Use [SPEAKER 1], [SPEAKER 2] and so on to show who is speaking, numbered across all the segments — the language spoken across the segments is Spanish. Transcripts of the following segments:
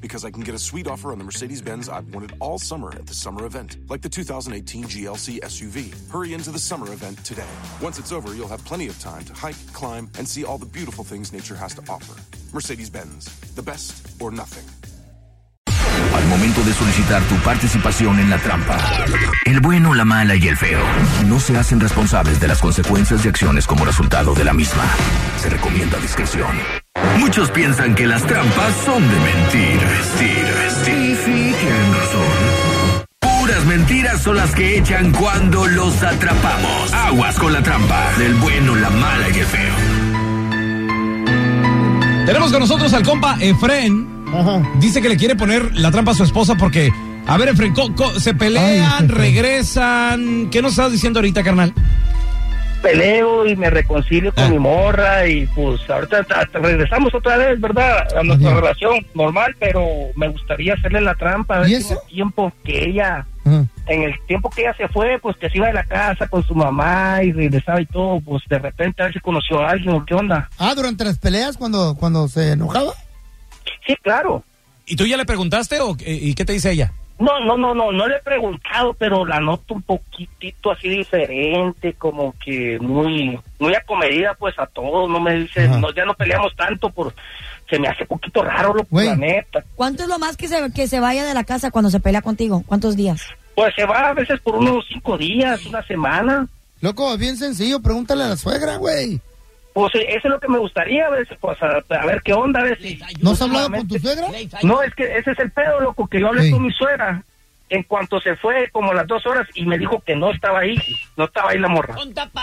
[SPEAKER 1] Because I can get a sweet offer on the Mercedes Benz I've wanted all summer at the summer event, like the 2018 GLC SUV. Hurry into the summer event today. Once it's over, you'll have plenty of time to hike, climb, and see all the beautiful things nature has to offer. Mercedes Benz, the best or nothing.
[SPEAKER 2] Al momento de solicitar tu participación en la trampa, el bueno, la mala y el feo no se hacen responsables de las consecuencias y acciones como resultado de la misma. Se recomienda discreción. Muchos piensan que las trampas son de mentir, vestir, vestir. Sí, tienen razón. Puras mentiras son las que echan cuando los atrapamos. Aguas con la trampa del bueno, la mala y el feo.
[SPEAKER 3] Tenemos con nosotros al compa Efren. Dice que le quiere poner la trampa a su esposa porque. A ver, Efren, co- co- se pelean,
[SPEAKER 4] Ay, Efren.
[SPEAKER 3] regresan. ¿Qué nos estás diciendo ahorita, carnal?
[SPEAKER 5] peleo y me reconcilio
[SPEAKER 4] Ah.
[SPEAKER 5] con mi morra y pues ahorita ta- ta- regresamos otra vez, ¿verdad? A nuestra
[SPEAKER 4] Ajá.
[SPEAKER 5] relación normal, pero me gustaría hacerle la trampa a ver
[SPEAKER 4] ¿Y
[SPEAKER 5] si
[SPEAKER 4] eso?
[SPEAKER 5] en el tiempo que ella
[SPEAKER 4] Ajá.
[SPEAKER 5] en el tiempo que ella se fue, pues que se iba de la casa con su mamá y regresaba y todo, pues de repente a ver si conoció a alguien o qué onda.
[SPEAKER 4] Ah, durante las peleas cuando, cuando se enojaba.
[SPEAKER 5] Sí, claro.
[SPEAKER 3] ¿Y tú ya le preguntaste o, eh, y qué te dice ella?
[SPEAKER 5] No, no, no, no, no le he preguntado, pero la noto un poquitito así diferente, como que muy, muy acomedida pues a todo, no me dice,
[SPEAKER 4] Ajá.
[SPEAKER 5] no, ya no peleamos tanto por, se me hace poquito raro lo
[SPEAKER 4] Güey.
[SPEAKER 5] la neta.
[SPEAKER 6] ¿Cuánto es lo más que se, que se vaya de la casa cuando se pelea contigo? ¿Cuántos días?
[SPEAKER 5] Pues se va a veces por unos cinco días, una semana,
[SPEAKER 4] Loco, es bien sencillo, pregúntale a la suegra, güey.
[SPEAKER 5] pues eh, eso es lo que me gustaría, a ver, si, pues a, a ver qué onda, a ver si-
[SPEAKER 4] ¿No has hablado con tu suegra?
[SPEAKER 5] No, es que ese es el pedo, loco, que yo hablé
[SPEAKER 4] Sí.
[SPEAKER 5] con mi suegra. En cuanto se fue, como las dos horas, y me dijo que no estaba ahí, no estaba ahí la morra.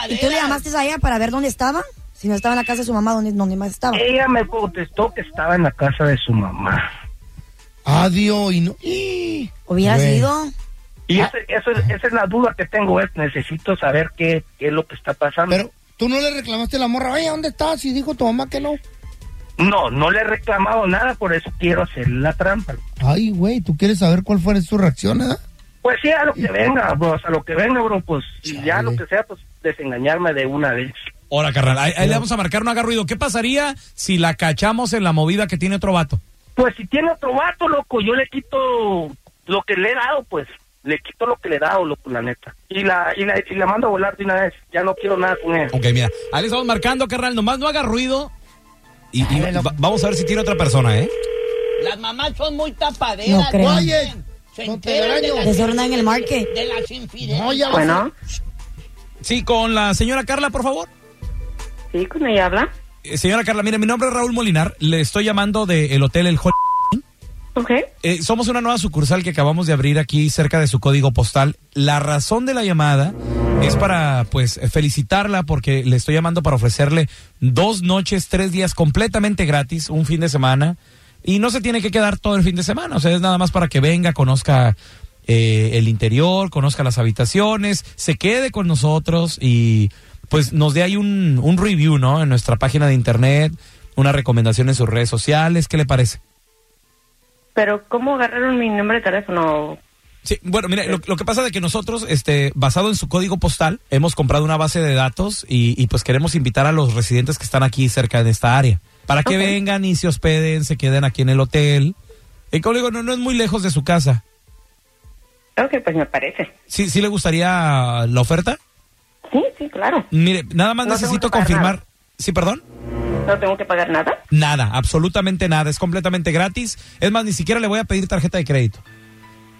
[SPEAKER 6] ¿Y tú le llamaste a ella para ver dónde estaba? Si no estaba en la casa de su mamá, ¿dónde, dónde más estaba?
[SPEAKER 5] Ella me contestó que estaba en la casa de su mamá.
[SPEAKER 4] Adiós y no. ¡Ih!
[SPEAKER 6] Hubiera
[SPEAKER 4] Güey.
[SPEAKER 6] sido...
[SPEAKER 5] Y
[SPEAKER 4] Ah.
[SPEAKER 5] ese- eso es- esa es la duda que tengo, es necesito saber qué, qué es lo que está pasando.
[SPEAKER 4] Pero tú no le reclamaste a la morra, oye, ¿dónde estás? Y dijo tu mamá que no.
[SPEAKER 5] no, no le he reclamado nada, por eso quiero hacer la trampa.
[SPEAKER 4] Ay, güey, ¿tú quieres saber cuál fue su reacción, eh?
[SPEAKER 5] Pues sí, a lo que venga, bro, a lo que venga, bro, pues y ya
[SPEAKER 4] Chale.
[SPEAKER 5] lo que sea, pues desengañarme de una vez.
[SPEAKER 3] Ahora, carnal, ahí, ahí le vamos a marcar, no haga ruido. ¿Qué pasaría si la cachamos en la movida que tiene otro vato?
[SPEAKER 5] Pues si tiene otro vato, loco, yo le quito lo que le he dado, pues. Le quito lo que le he dado, loco, la neta. Y la, y la, y la mando a volar de una vez. Ya no quiero nada con él.
[SPEAKER 3] Ok, mira, ahí le estamos marcando, carnal, nomás no haga ruido. Y, y
[SPEAKER 4] Ay,
[SPEAKER 3] va-
[SPEAKER 4] loco.
[SPEAKER 3] vamos a ver si tiene otra persona, ¿eh?
[SPEAKER 7] Las mamás son muy
[SPEAKER 6] No
[SPEAKER 7] tapaderas.
[SPEAKER 6] creo.
[SPEAKER 4] Oye,
[SPEAKER 7] Se
[SPEAKER 4] no te
[SPEAKER 7] enteran de
[SPEAKER 4] araño.
[SPEAKER 6] De seguro andaba en el market.
[SPEAKER 7] De las infidelidades.
[SPEAKER 4] No, ya vas a-
[SPEAKER 8] Bueno,
[SPEAKER 3] Sí, con la señora Carla, por favor.
[SPEAKER 8] sí, con ella habla.
[SPEAKER 3] Eh, señora Carla, mire, mi nombre es Raúl Molinar. Le estoy llamando del hotel El Hol-
[SPEAKER 8] Ok.
[SPEAKER 3] Eh, somos una nueva sucursal que acabamos de abrir aquí cerca de su código postal. La razón de la llamada es para, pues, felicitarla porque le estoy llamando para ofrecerle dos noches, tres días completamente gratis, un fin de semana. Y no se tiene que quedar todo el fin de semana, o sea, es nada más para que venga, conozca eh, el interior, conozca las habitaciones, se quede con nosotros y pues nos dé ahí un, un review, ¿no? En nuestra página de internet, una recomendación en sus redes sociales, ¿qué le parece?
[SPEAKER 8] Pero, ¿cómo agarraron mi número de teléfono?
[SPEAKER 3] Sí, bueno, mira, lo, lo que pasa es que nosotros, este, basado en su código postal, hemos comprado una base de datos y, y, pues queremos invitar a los residentes que están aquí cerca de esta área para que vengan y se hospeden, se queden aquí en el hotel. El código no, no es muy lejos de su casa.
[SPEAKER 8] Ok, pues me parece.
[SPEAKER 3] ¿Sí, sí le gustaría la oferta?
[SPEAKER 8] Sí, sí, claro.
[SPEAKER 3] Mire, nada más
[SPEAKER 8] No tengo
[SPEAKER 3] necesito
[SPEAKER 8] que pagar
[SPEAKER 3] confirmar.
[SPEAKER 8] nada.
[SPEAKER 3] Sí, perdón.
[SPEAKER 8] No tengo que pagar nada.
[SPEAKER 3] Nada, absolutamente nada. Es completamente gratis. Es más, ni siquiera le voy a pedir tarjeta de crédito.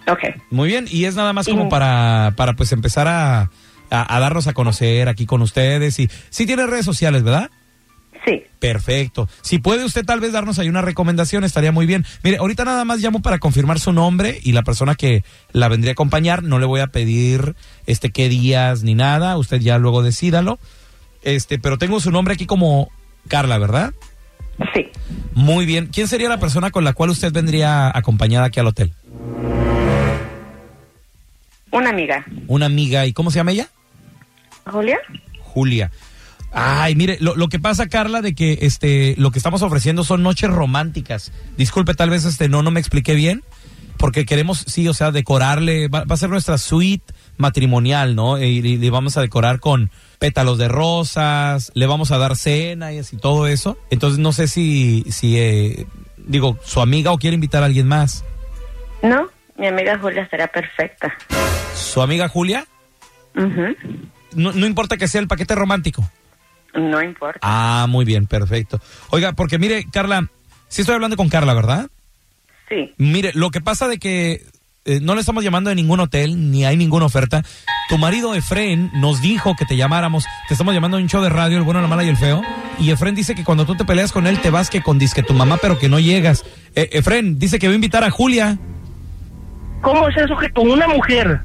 [SPEAKER 8] Ok.
[SPEAKER 3] Muy bien, y es nada más
[SPEAKER 8] Y-
[SPEAKER 3] como para, para pues empezar a, a, a darnos a conocer aquí con ustedes. Y sí tiene redes sociales, ¿verdad?
[SPEAKER 8] Sí.
[SPEAKER 3] Perfecto. Si puede usted tal vez darnos ahí una recomendación, estaría muy bien. Mire, ahorita nada más llamo para confirmar su nombre y la persona que la vendría a acompañar. No le voy a pedir este qué días ni nada. Usted ya luego decídalo. Este, pero tengo su nombre aquí como Carla, ¿verdad?
[SPEAKER 8] Sí.
[SPEAKER 3] Muy bien. ¿Quién sería la persona con la cual usted vendría acompañada aquí al hotel?
[SPEAKER 8] Una amiga.
[SPEAKER 3] Una amiga. ¿Y cómo se llama ella?
[SPEAKER 8] ¿Julia?
[SPEAKER 3] Julia. Ay, mire, lo, lo que pasa, Carla, de que este, lo que estamos ofreciendo son noches románticas. Disculpe, tal vez este no, no me expliqué bien, porque queremos, sí, o sea, decorarle, va, va a ser nuestra suite matrimonial, ¿no? Y, y le vamos a decorar con pétalos de rosas, le vamos a dar cena y así todo eso. Entonces no sé si, si eh, digo, su amiga o quiere invitar a alguien más.
[SPEAKER 8] No, mi amiga Julia será perfecta.
[SPEAKER 3] Su amiga Julia,
[SPEAKER 8] Ujú.
[SPEAKER 3] no, no importa que sea el paquete romántico.
[SPEAKER 8] No importa.
[SPEAKER 3] Ah, muy bien, perfecto. Oiga, porque mire, Carla, sí estoy hablando con Carla, ¿verdad?
[SPEAKER 8] Sí.
[SPEAKER 3] Mire, lo que pasa de que eh, no le estamos llamando de ningún hotel, ni hay ninguna oferta. Tu marido Efren nos dijo que te llamáramos. Te estamos llamando de un show de radio, el bueno, la mala y el feo. Y Efren dice que cuando tú te peleas con él, te vas que con disque tu mamá, pero que no llegas. Eh, Efren dice que va a invitar a Julia.
[SPEAKER 5] ¿Cómo es eso que con una mujer?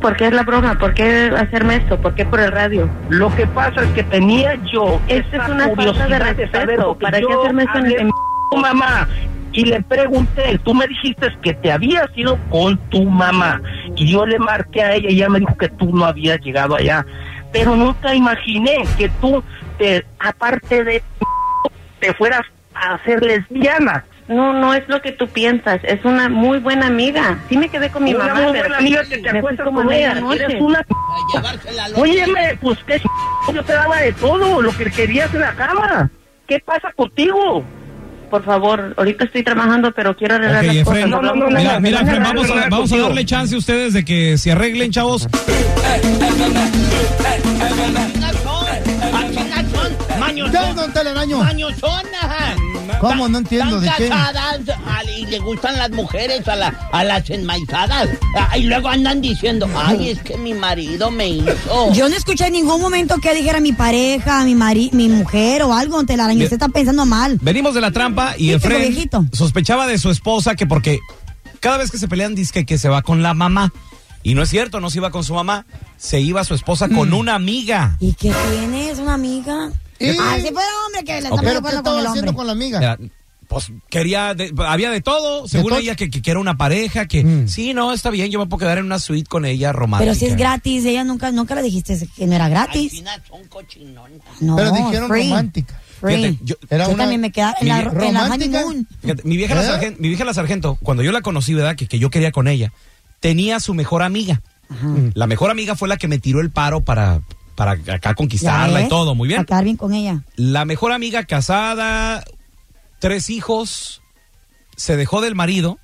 [SPEAKER 8] ¿Por qué es la broma? ¿Por qué hacerme esto? ¿Por qué por el radio?
[SPEAKER 5] Lo que pasa es que tenía yo
[SPEAKER 8] Esa es una falta de
[SPEAKER 5] curiosidad
[SPEAKER 8] respeto.
[SPEAKER 5] saber, porque
[SPEAKER 8] ¿Para qué
[SPEAKER 5] yo
[SPEAKER 8] hacerme eso en
[SPEAKER 5] hablé
[SPEAKER 8] el-
[SPEAKER 5] con tu mamá? Y le pregunté, tú me dijiste que te habías ido con tu mamá. Y yo le marqué a ella y ella me dijo que tú no habías llegado allá. Pero nunca imaginé que tú, te, aparte de te fueras a hacer lesbiana.
[SPEAKER 8] No, no es lo que tú piensas. Es una muy buena amiga. Sí me quedé con mi
[SPEAKER 5] una
[SPEAKER 8] mamá.
[SPEAKER 5] muy
[SPEAKER 8] pero
[SPEAKER 5] buena amiga que te
[SPEAKER 8] me fui
[SPEAKER 5] acuestas
[SPEAKER 8] como a
[SPEAKER 5] con ella.
[SPEAKER 8] medianoche.
[SPEAKER 5] Eres una...
[SPEAKER 7] Llevársela al
[SPEAKER 5] Oye, pues qué yo te daba de todo, lo que querías en la cama. ¿Qué pasa contigo?
[SPEAKER 8] Por favor, ahorita estoy trabajando, pero quiero arreglar
[SPEAKER 3] Ok,
[SPEAKER 8] las cosas.
[SPEAKER 3] Efren.
[SPEAKER 5] No, no, no, no,
[SPEAKER 3] mira,
[SPEAKER 5] no,
[SPEAKER 3] mira,
[SPEAKER 5] no, no,
[SPEAKER 3] Efren,
[SPEAKER 5] no,
[SPEAKER 3] vamos,
[SPEAKER 5] no,
[SPEAKER 3] a,
[SPEAKER 5] no,
[SPEAKER 3] vamos a
[SPEAKER 5] contigo.
[SPEAKER 3] darle chance a ustedes de que se arreglen, chavos.
[SPEAKER 4] Ya,
[SPEAKER 7] Mañosón,
[SPEAKER 4] don Telaraño.
[SPEAKER 7] mañosonas.
[SPEAKER 4] ¿Cómo? No entiendo, ¿de
[SPEAKER 7] Están
[SPEAKER 4] qué?
[SPEAKER 7] casadas al- y le gustan las mujeres a, la- a las enmaizadas. Ah, Y luego andan diciendo, ay, es que mi marido me hizo.
[SPEAKER 6] Yo no escuché en ningún momento que dijera mi pareja, mi mari, mi mujer o algo, don Telaraño.
[SPEAKER 3] Bien.
[SPEAKER 6] Usted está pensando mal.
[SPEAKER 3] Venimos de la trampa y
[SPEAKER 6] Viste,
[SPEAKER 3] Efren
[SPEAKER 6] viejito.
[SPEAKER 3] sospechaba de su esposa que porque cada vez que se pelean dice que, que se va con la mamá. Y no es cierto, no se iba con su mamá, se iba su esposa con una amiga.
[SPEAKER 6] ¿Y qué tienes? ¿Una amiga?
[SPEAKER 4] ¿Y?
[SPEAKER 6] Ah, si fuera hombre que le estamos
[SPEAKER 3] Ok.
[SPEAKER 6] de
[SPEAKER 4] ¿Pero qué
[SPEAKER 6] acuerdo con
[SPEAKER 4] estaba
[SPEAKER 6] el
[SPEAKER 4] haciendo
[SPEAKER 6] hombre.
[SPEAKER 4] con la amiga?
[SPEAKER 3] Era, Pues quería, de- había de todo, según
[SPEAKER 4] todo?
[SPEAKER 3] ella que, que- que era una pareja, que
[SPEAKER 4] Mm.
[SPEAKER 3] sí, no, está bien, yo me puedo quedar en una suite con ella romántica.
[SPEAKER 6] Pero si es gratis, ella nunca, nunca le dijiste que no era
[SPEAKER 7] Ay,
[SPEAKER 6] gratis.
[SPEAKER 7] China, son cochinonas.
[SPEAKER 6] No,
[SPEAKER 4] Pero dijeron
[SPEAKER 6] free.
[SPEAKER 4] romántica.
[SPEAKER 6] Free.
[SPEAKER 3] Fíjate, yo-
[SPEAKER 6] yo,
[SPEAKER 4] Era una-
[SPEAKER 6] también me quedaba en la,
[SPEAKER 3] Miguel,
[SPEAKER 6] en la
[SPEAKER 4] ¿romántica?
[SPEAKER 6] honeymoon.
[SPEAKER 3] Fíjate, mi, vieja la
[SPEAKER 4] ¿Eh?
[SPEAKER 3] sargen- mi vieja la sargento, cuando yo la conocí, ¿verdad? Que, que yo quería con ella, tenía su mejor amiga. La mejor amiga fue la que me tiró el paro para, para acá conquistarla
[SPEAKER 6] Ya
[SPEAKER 3] y todo,
[SPEAKER 6] ves,
[SPEAKER 3] muy bien.
[SPEAKER 6] Para quedar bien con ella.
[SPEAKER 3] La mejor amiga casada, tres hijos, se dejó del marido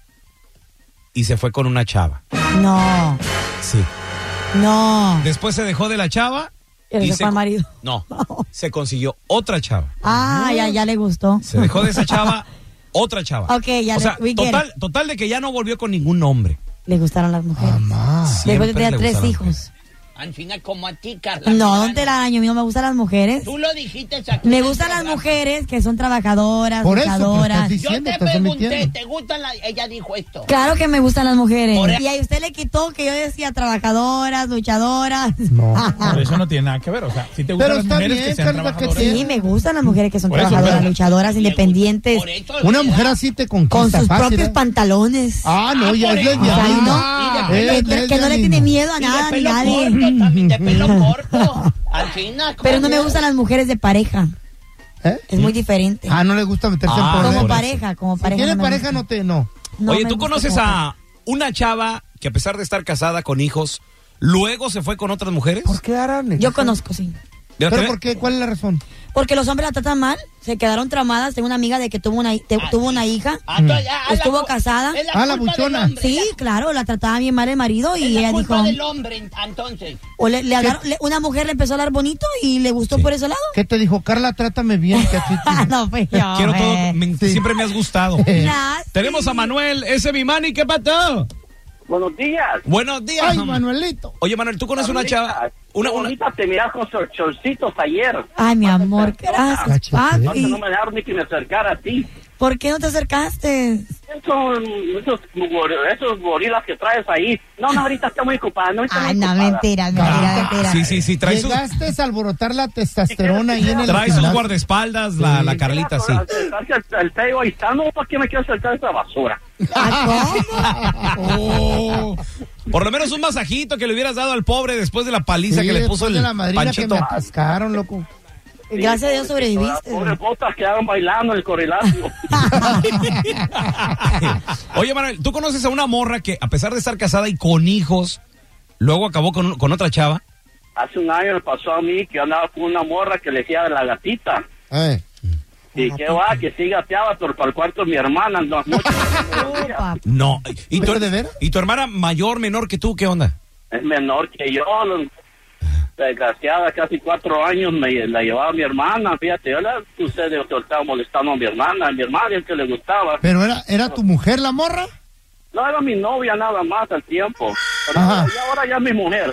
[SPEAKER 3] y se fue con una chava.
[SPEAKER 6] No,
[SPEAKER 3] Sí.
[SPEAKER 6] no.
[SPEAKER 3] Después se dejó de la chava
[SPEAKER 6] Pero se fue al marido.
[SPEAKER 3] No, se consiguió otra chava.
[SPEAKER 6] Ah, ya, ya le gustó.
[SPEAKER 3] Se dejó de esa chava otra chava.
[SPEAKER 6] Ok, ya
[SPEAKER 3] o
[SPEAKER 6] le-
[SPEAKER 3] sea,
[SPEAKER 6] we get
[SPEAKER 3] total, total de que ya no volvió con ningún hombre.
[SPEAKER 6] Le gustaron las mujeres.
[SPEAKER 4] Mamá.
[SPEAKER 6] Después
[SPEAKER 3] Siempre
[SPEAKER 6] de tener
[SPEAKER 3] le
[SPEAKER 6] tres
[SPEAKER 3] gustaron
[SPEAKER 6] hijos.
[SPEAKER 7] Ancina como a ti, Carla.
[SPEAKER 6] No,
[SPEAKER 7] Medrano.
[SPEAKER 6] don Telaraño, a mí no me gustan las mujeres.
[SPEAKER 7] Tú lo dijiste aquí.
[SPEAKER 6] Me
[SPEAKER 7] en el
[SPEAKER 6] gustan las
[SPEAKER 7] programa.
[SPEAKER 6] mujeres que son trabajadoras,
[SPEAKER 4] Por eso, pero
[SPEAKER 6] luchadoras.
[SPEAKER 4] estás
[SPEAKER 7] Yo
[SPEAKER 4] diciendo,
[SPEAKER 7] te
[SPEAKER 4] estás
[SPEAKER 7] pregunté,
[SPEAKER 4] omitiendo.
[SPEAKER 7] ¿te gustan las...? Ella dijo esto.
[SPEAKER 6] Claro que me gustan las mujeres.
[SPEAKER 7] Por-
[SPEAKER 6] Y a usted le quitó que yo decía trabajadoras, luchadoras.
[SPEAKER 4] No.
[SPEAKER 6] Ah.
[SPEAKER 9] Por eso no tiene nada que ver. O sea, si te gustan
[SPEAKER 4] Pero
[SPEAKER 9] las
[SPEAKER 4] está
[SPEAKER 9] mujeres
[SPEAKER 4] bien,
[SPEAKER 9] que sean
[SPEAKER 4] Carla, que
[SPEAKER 9] trabajadoras.
[SPEAKER 6] Sí, me gustan las mujeres que son
[SPEAKER 9] Por eso,
[SPEAKER 6] trabajadoras,
[SPEAKER 9] pero-
[SPEAKER 6] luchadoras, independientes,
[SPEAKER 7] Por eso,
[SPEAKER 4] Una
[SPEAKER 7] ¿verdad?
[SPEAKER 4] mujer así te
[SPEAKER 6] con
[SPEAKER 4] conquista
[SPEAKER 6] sus
[SPEAKER 4] fácil,
[SPEAKER 6] propios
[SPEAKER 4] ¿eh?
[SPEAKER 6] pantalones.
[SPEAKER 4] Ah, eh, no, ya es
[SPEAKER 7] Ah, por eso.
[SPEAKER 6] Ay, no.
[SPEAKER 4] lesbiana.
[SPEAKER 7] Ah,
[SPEAKER 6] que, que- que
[SPEAKER 4] es
[SPEAKER 6] no le
[SPEAKER 4] lesbianismo.
[SPEAKER 6] tiene miedo a
[SPEAKER 7] Y de
[SPEAKER 6] Ah, nada ni
[SPEAKER 7] pelo
[SPEAKER 6] nadie.
[SPEAKER 7] corto, también, de pelo corto. Ancina,
[SPEAKER 6] Pero no me
[SPEAKER 7] ¿cómo?
[SPEAKER 6] gustan las mujeres de pareja.
[SPEAKER 4] ¿Eh?
[SPEAKER 6] Es muy diferente.
[SPEAKER 4] Ah, no le gusta meterse
[SPEAKER 3] Ah,
[SPEAKER 4] en
[SPEAKER 6] como
[SPEAKER 3] por
[SPEAKER 4] problemas.
[SPEAKER 3] eso.
[SPEAKER 6] pareja, como
[SPEAKER 4] Si
[SPEAKER 6] pareja.
[SPEAKER 4] tiene
[SPEAKER 6] no me
[SPEAKER 4] pareja,
[SPEAKER 6] gusta.
[SPEAKER 4] no te. No.
[SPEAKER 6] No
[SPEAKER 3] Oye,
[SPEAKER 6] me
[SPEAKER 3] ¿tú
[SPEAKER 6] gusta
[SPEAKER 3] conoces
[SPEAKER 6] cómo
[SPEAKER 3] a una chava que a pesar de estar casada con hijos, luego se fue con otras mujeres? ¿Por
[SPEAKER 4] qué harán?
[SPEAKER 6] Yo conozco, sí.
[SPEAKER 3] ¿Pero
[SPEAKER 4] ¿Pero por qué? ¿Cuál es la razón?
[SPEAKER 6] Porque los hombres la tratan mal, se quedaron tramadas. Tengo una amiga de que tuvo una, hi- te-
[SPEAKER 7] Ah,
[SPEAKER 6] tuvo una hija, estuvo casada.
[SPEAKER 7] es ah, la Ah, la culpa del buchona. hombre,
[SPEAKER 6] Sí, claro, la trataba bien mal el marido y
[SPEAKER 7] es la
[SPEAKER 6] ella
[SPEAKER 7] culpa
[SPEAKER 6] dijo...
[SPEAKER 7] del hombre, en- entonces.
[SPEAKER 6] O le, le hablaron- le- una mujer le empezó a hablar bonito y le gustó por ese lado.
[SPEAKER 4] ¿Qué te dijo? Carla, trátame bien. Que así te-
[SPEAKER 6] no, pues yo,
[SPEAKER 3] Quiero
[SPEAKER 6] eh.
[SPEAKER 3] todo, me- siempre me has gustado.
[SPEAKER 4] Eh.
[SPEAKER 6] Gracias.
[SPEAKER 3] Tenemos a Manuel, ese mi mani, ¿qué pato?
[SPEAKER 10] Buenos días.
[SPEAKER 3] Buenos días.
[SPEAKER 4] Ay,
[SPEAKER 3] mamá.
[SPEAKER 4] Manuelito.
[SPEAKER 3] Oye, Manuel, ¿tú conoces una chava? Una, una-
[SPEAKER 10] bonita te miras con sus chorcitos ayer.
[SPEAKER 6] Ay, mi amor, gracias,
[SPEAKER 10] No,
[SPEAKER 6] papi.
[SPEAKER 10] no me dejaron ni que me acercara a ti.
[SPEAKER 6] ¿Por qué no te acercaste?
[SPEAKER 10] Esos, esos, gor- esos gorilas que traes ahí. No, no, ahorita está muy ocupada. No, ahorita
[SPEAKER 6] Ay,
[SPEAKER 10] muy
[SPEAKER 6] no,
[SPEAKER 10] ocupada.
[SPEAKER 6] mentiras,
[SPEAKER 4] Ah,
[SPEAKER 6] mentiras, mentiras.
[SPEAKER 3] Ah, Sí, sí, sí, trae sus,
[SPEAKER 4] Llegaste a alborotar la testosterona ahí en el
[SPEAKER 3] trae sus
[SPEAKER 4] gimnasio.
[SPEAKER 3] guardaespaldas, la, la Carlita, sí.
[SPEAKER 10] Acercarse al- al peo ahí está. No, ¿para qué me quiero acercar a esa basura?
[SPEAKER 6] Ah,
[SPEAKER 3] Oh. Por lo menos un masajito que le hubieras dado al pobre después de la paliza
[SPEAKER 4] Sí,
[SPEAKER 3] que le
[SPEAKER 4] después
[SPEAKER 3] puso
[SPEAKER 4] de
[SPEAKER 3] el
[SPEAKER 4] la madrina que
[SPEAKER 3] panchito.
[SPEAKER 4] me atascaron, loco.
[SPEAKER 6] Gracias a Dios sobreviviste.
[SPEAKER 10] Pobres botas quedaron bailando en el correlazo.
[SPEAKER 3] Oye, Manuel, ¿tú conoces a una morra que, a pesar de estar casada y con hijos, luego acabó con, con otra chava?
[SPEAKER 10] Hace un año me pasó a mí que yo andaba con una morra que le decía la gatita. Y qué va, que sí gateaba, pero para el cuarto de mi hermana. No, mucho.
[SPEAKER 3] No. ¿Y tu, ¿Y tu hermana mayor, menor que tú, qué onda?
[SPEAKER 10] es menor que yo. lo- Desgraciada, casi cuatro años me la llevaba mi hermana. Fíjate, yo la sucede que estaba molestando a mi hermana, a mi hermana es que le gustaba.
[SPEAKER 4] Pero era, era tu mujer la morra.
[SPEAKER 10] No era mi novia nada más al tiempo. Pero
[SPEAKER 4] Ajá.
[SPEAKER 10] ya ahora ya es mi mujer.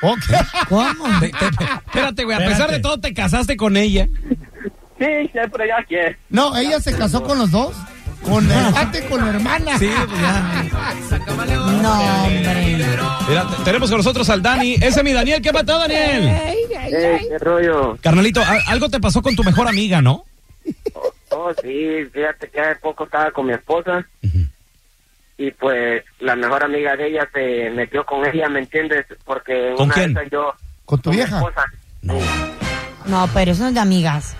[SPEAKER 4] ¿Cómo?
[SPEAKER 3] Te- te- espérate, güey, a pesar de todo te casaste con ella.
[SPEAKER 10] Sí, siempre ya que.
[SPEAKER 4] No, ella se casó con los dos. Con el cuate y con la hermana.
[SPEAKER 3] Sí, pues ya.
[SPEAKER 6] No, hombre.
[SPEAKER 3] Mira, te- tenemos con nosotros al Dani. Ese es mi Daniel, ¿qué pasó, Daniel?
[SPEAKER 11] ¿Qué rollo?
[SPEAKER 3] Carnalito, a- algo te pasó con tu mejor amiga, ¿no?
[SPEAKER 11] Oh, sí, fíjate que hace poco estaba con mi esposa y pues la mejor amiga de ella se metió con ella, ¿me entiendes? Porque en
[SPEAKER 3] ¿Con
[SPEAKER 11] una de
[SPEAKER 3] quién?
[SPEAKER 11] esas yo,
[SPEAKER 4] ¿Con tu vieja?
[SPEAKER 6] No, pero eso no es de amigas.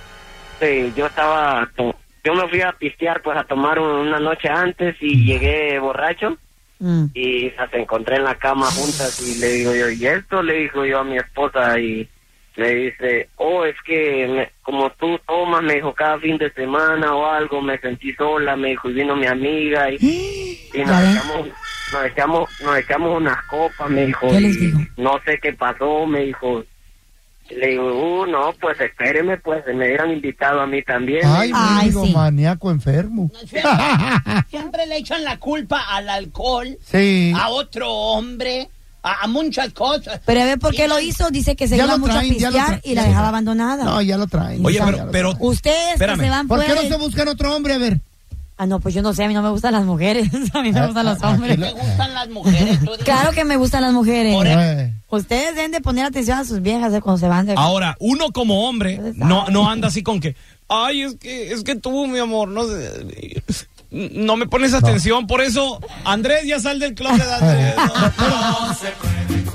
[SPEAKER 11] sí, yo estaba, to- yo me fui a pistear pues a tomar un- una noche antes y llegué borracho
[SPEAKER 6] Mm.
[SPEAKER 11] y las encontré en la cama juntas y le digo yo, ¿y esto? Le digo yo a mi esposa y me dice, oh, es que me- como tú tomas, me dijo, cada fin de semana o algo, me sentí sola, me dijo, y vino mi amiga y, y nos, echamos, nos, echamos, nos echamos unas copas, me dijo,
[SPEAKER 6] ¿Qué
[SPEAKER 11] y
[SPEAKER 6] les digo?
[SPEAKER 11] no sé qué pasó, me dijo. Le digo, uh, no, pues espéreme, pues me hubieran invitado a mí también.
[SPEAKER 4] Ay, mendigo maníaco enfermo.
[SPEAKER 7] Siempre le echan la culpa al alcohol,
[SPEAKER 4] Sí.
[SPEAKER 7] a otro hombre, a, a muchas cosas.
[SPEAKER 6] Pero a ver por qué lo hizo, dice que se
[SPEAKER 4] Ya
[SPEAKER 6] iba
[SPEAKER 4] lo
[SPEAKER 6] mucho
[SPEAKER 4] traen,
[SPEAKER 6] a
[SPEAKER 4] ya lo
[SPEAKER 6] pistear
[SPEAKER 4] traen.
[SPEAKER 6] y la dejaba abandonada.
[SPEAKER 4] No, ya lo traen.
[SPEAKER 3] Oye,
[SPEAKER 4] Ya, ya
[SPEAKER 3] pero, pero
[SPEAKER 4] lo
[SPEAKER 6] Ustedes
[SPEAKER 3] Espérame.
[SPEAKER 6] que se van
[SPEAKER 4] ¿Por qué no
[SPEAKER 6] fuera y-
[SPEAKER 4] se buscan otro hombre? A ver.
[SPEAKER 6] Ah, no, pues yo no sé, a mí no me gustan las mujeres, a mí
[SPEAKER 4] Ah,
[SPEAKER 6] me gustan los hombres.
[SPEAKER 7] Me gustan las mujeres. tú dices.
[SPEAKER 6] Claro que me gustan las mujeres.
[SPEAKER 7] Por
[SPEAKER 6] Ustedes deben de poner atención a sus viejas eh, cuando se van
[SPEAKER 4] Ah,
[SPEAKER 6] de...
[SPEAKER 3] ahora, uno como hombre no, no anda así con que, ay, es que, es que tú, mi amor, no sé, no me pones atención, por eso, Andrés, ya sal del closet, Andrés. No, no se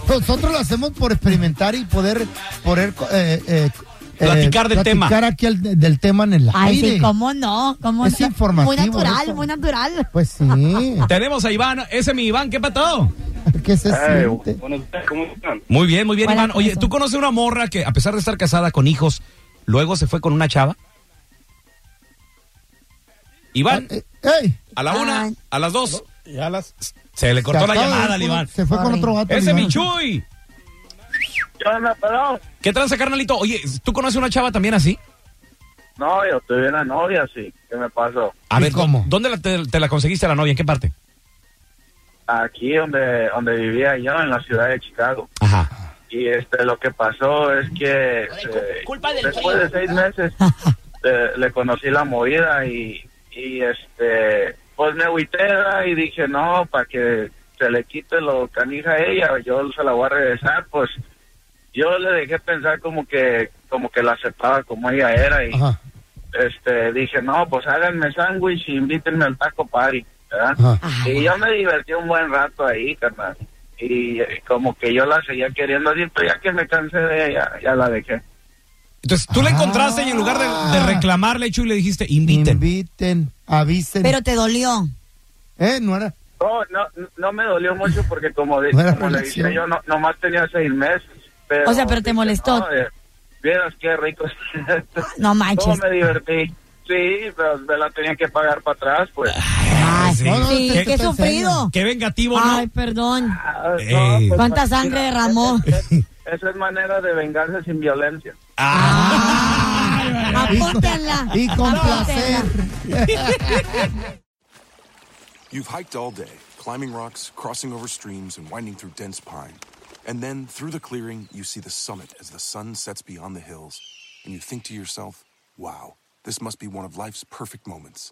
[SPEAKER 4] Nosotros lo hacemos por experimentar y poder, poder eh, eh,
[SPEAKER 3] Platicar del tema.
[SPEAKER 4] Platicar aquí al- del tema en el
[SPEAKER 6] Ay,
[SPEAKER 4] aire.
[SPEAKER 6] sí, ¿cómo no? ¿Cómo
[SPEAKER 4] Es
[SPEAKER 6] no?
[SPEAKER 4] informativo
[SPEAKER 6] Muy natural,
[SPEAKER 4] eso.
[SPEAKER 6] muy natural.
[SPEAKER 4] Pues sí.
[SPEAKER 3] Tenemos a Iván, ese mi Iván, ¿qué patado?
[SPEAKER 4] ¿Qué se
[SPEAKER 10] Ay,
[SPEAKER 4] siente?
[SPEAKER 10] buenos días, ¿cómo están?
[SPEAKER 3] Muy bien, muy bien,
[SPEAKER 6] Hola,
[SPEAKER 3] Iván. Oye,
[SPEAKER 6] corazón.
[SPEAKER 3] ¿tú conoces una morra que, a pesar de estar casada con hijos, luego se fue con una chava? Iván,
[SPEAKER 4] Eh, ¡Ey!
[SPEAKER 3] a la una,
[SPEAKER 6] Ay.
[SPEAKER 3] a las dos,
[SPEAKER 9] Ya las.
[SPEAKER 3] se le cortó
[SPEAKER 4] Se
[SPEAKER 3] la
[SPEAKER 4] acaba de
[SPEAKER 3] llamada
[SPEAKER 4] ir
[SPEAKER 3] al
[SPEAKER 4] con-
[SPEAKER 3] Iván.
[SPEAKER 4] Se fue con
[SPEAKER 6] Sorry.
[SPEAKER 4] otro gato.
[SPEAKER 3] Ese mi Chuy.
[SPEAKER 10] Yo no, pero-
[SPEAKER 3] ¿Qué tranza, carnalito? Oye, ¿tú conoces una chava también así?
[SPEAKER 10] No, yo tuve una novia, sí. ¿Qué me pasó?
[SPEAKER 3] A
[SPEAKER 4] ¿Y
[SPEAKER 3] ver,
[SPEAKER 4] cómo?
[SPEAKER 3] ¿Dónde la- te, te la conseguiste a la novia? ¿En qué parte?
[SPEAKER 10] Aquí donde, donde vivía yo, en la ciudad de Chicago.
[SPEAKER 3] Ajá.
[SPEAKER 10] Y este, lo que pasó es que
[SPEAKER 7] eh, Culpa del
[SPEAKER 10] después de
[SPEAKER 7] frío.
[SPEAKER 10] seis meses eh, le conocí la movida y, y este pues me agüité ¿verdad? y dije no para que se le quite lo canija a ella yo se la voy a regresar pues yo le dejé pensar como que como que la aceptaba como ella era y
[SPEAKER 4] Ajá,
[SPEAKER 10] este dije no pues háganme sándwich y invítenme al taco party ¿verdad?
[SPEAKER 4] ajá.
[SPEAKER 10] Y yo me divertí un buen rato ahí, carnal. Y eh, como que yo la seguía queriendo así, pero ya que me cansé de ella, ya la dejé.
[SPEAKER 3] Entonces, tú la encontraste y en lugar de, de reclamarle, Chuy, le dijiste, inviten.
[SPEAKER 4] Inviten, avisen.
[SPEAKER 6] Pero te dolió.
[SPEAKER 4] ¿Eh? No era.
[SPEAKER 10] No, Oh, no, no me dolió mucho porque como, de-
[SPEAKER 4] Buena
[SPEAKER 10] como le
[SPEAKER 4] relación.
[SPEAKER 10] dije yo, no, nomás tenía seis meses.
[SPEAKER 6] O sea, pero te
[SPEAKER 10] dije,
[SPEAKER 6] molestó. Ah,
[SPEAKER 10] "No, eh, Vieras qué rico es esto".
[SPEAKER 6] No manches.
[SPEAKER 10] Cómo me divertí. Sí, pero me la tenían que pagar para atrás, pues.
[SPEAKER 3] Ah, Sí.
[SPEAKER 6] sí, Ah, qué sufrido.
[SPEAKER 3] Qué vengativo, ¿no?
[SPEAKER 6] Ay, perdón.
[SPEAKER 3] Ey.
[SPEAKER 10] pues,
[SPEAKER 6] ¿Cuánta sangre
[SPEAKER 10] este,
[SPEAKER 6] derramó?
[SPEAKER 10] Esa es manera de vengarse sin violencia.
[SPEAKER 6] Apóntenla.
[SPEAKER 4] Y con
[SPEAKER 6] Apóntenla.
[SPEAKER 1] You've hiked all day, climbing rocks, crossing over streams, and winding through dense pine. And then, through the clearing, you see the summit as the sun sets beyond the hills, and you think to yourself, wow, this must be one of life's perfect moments.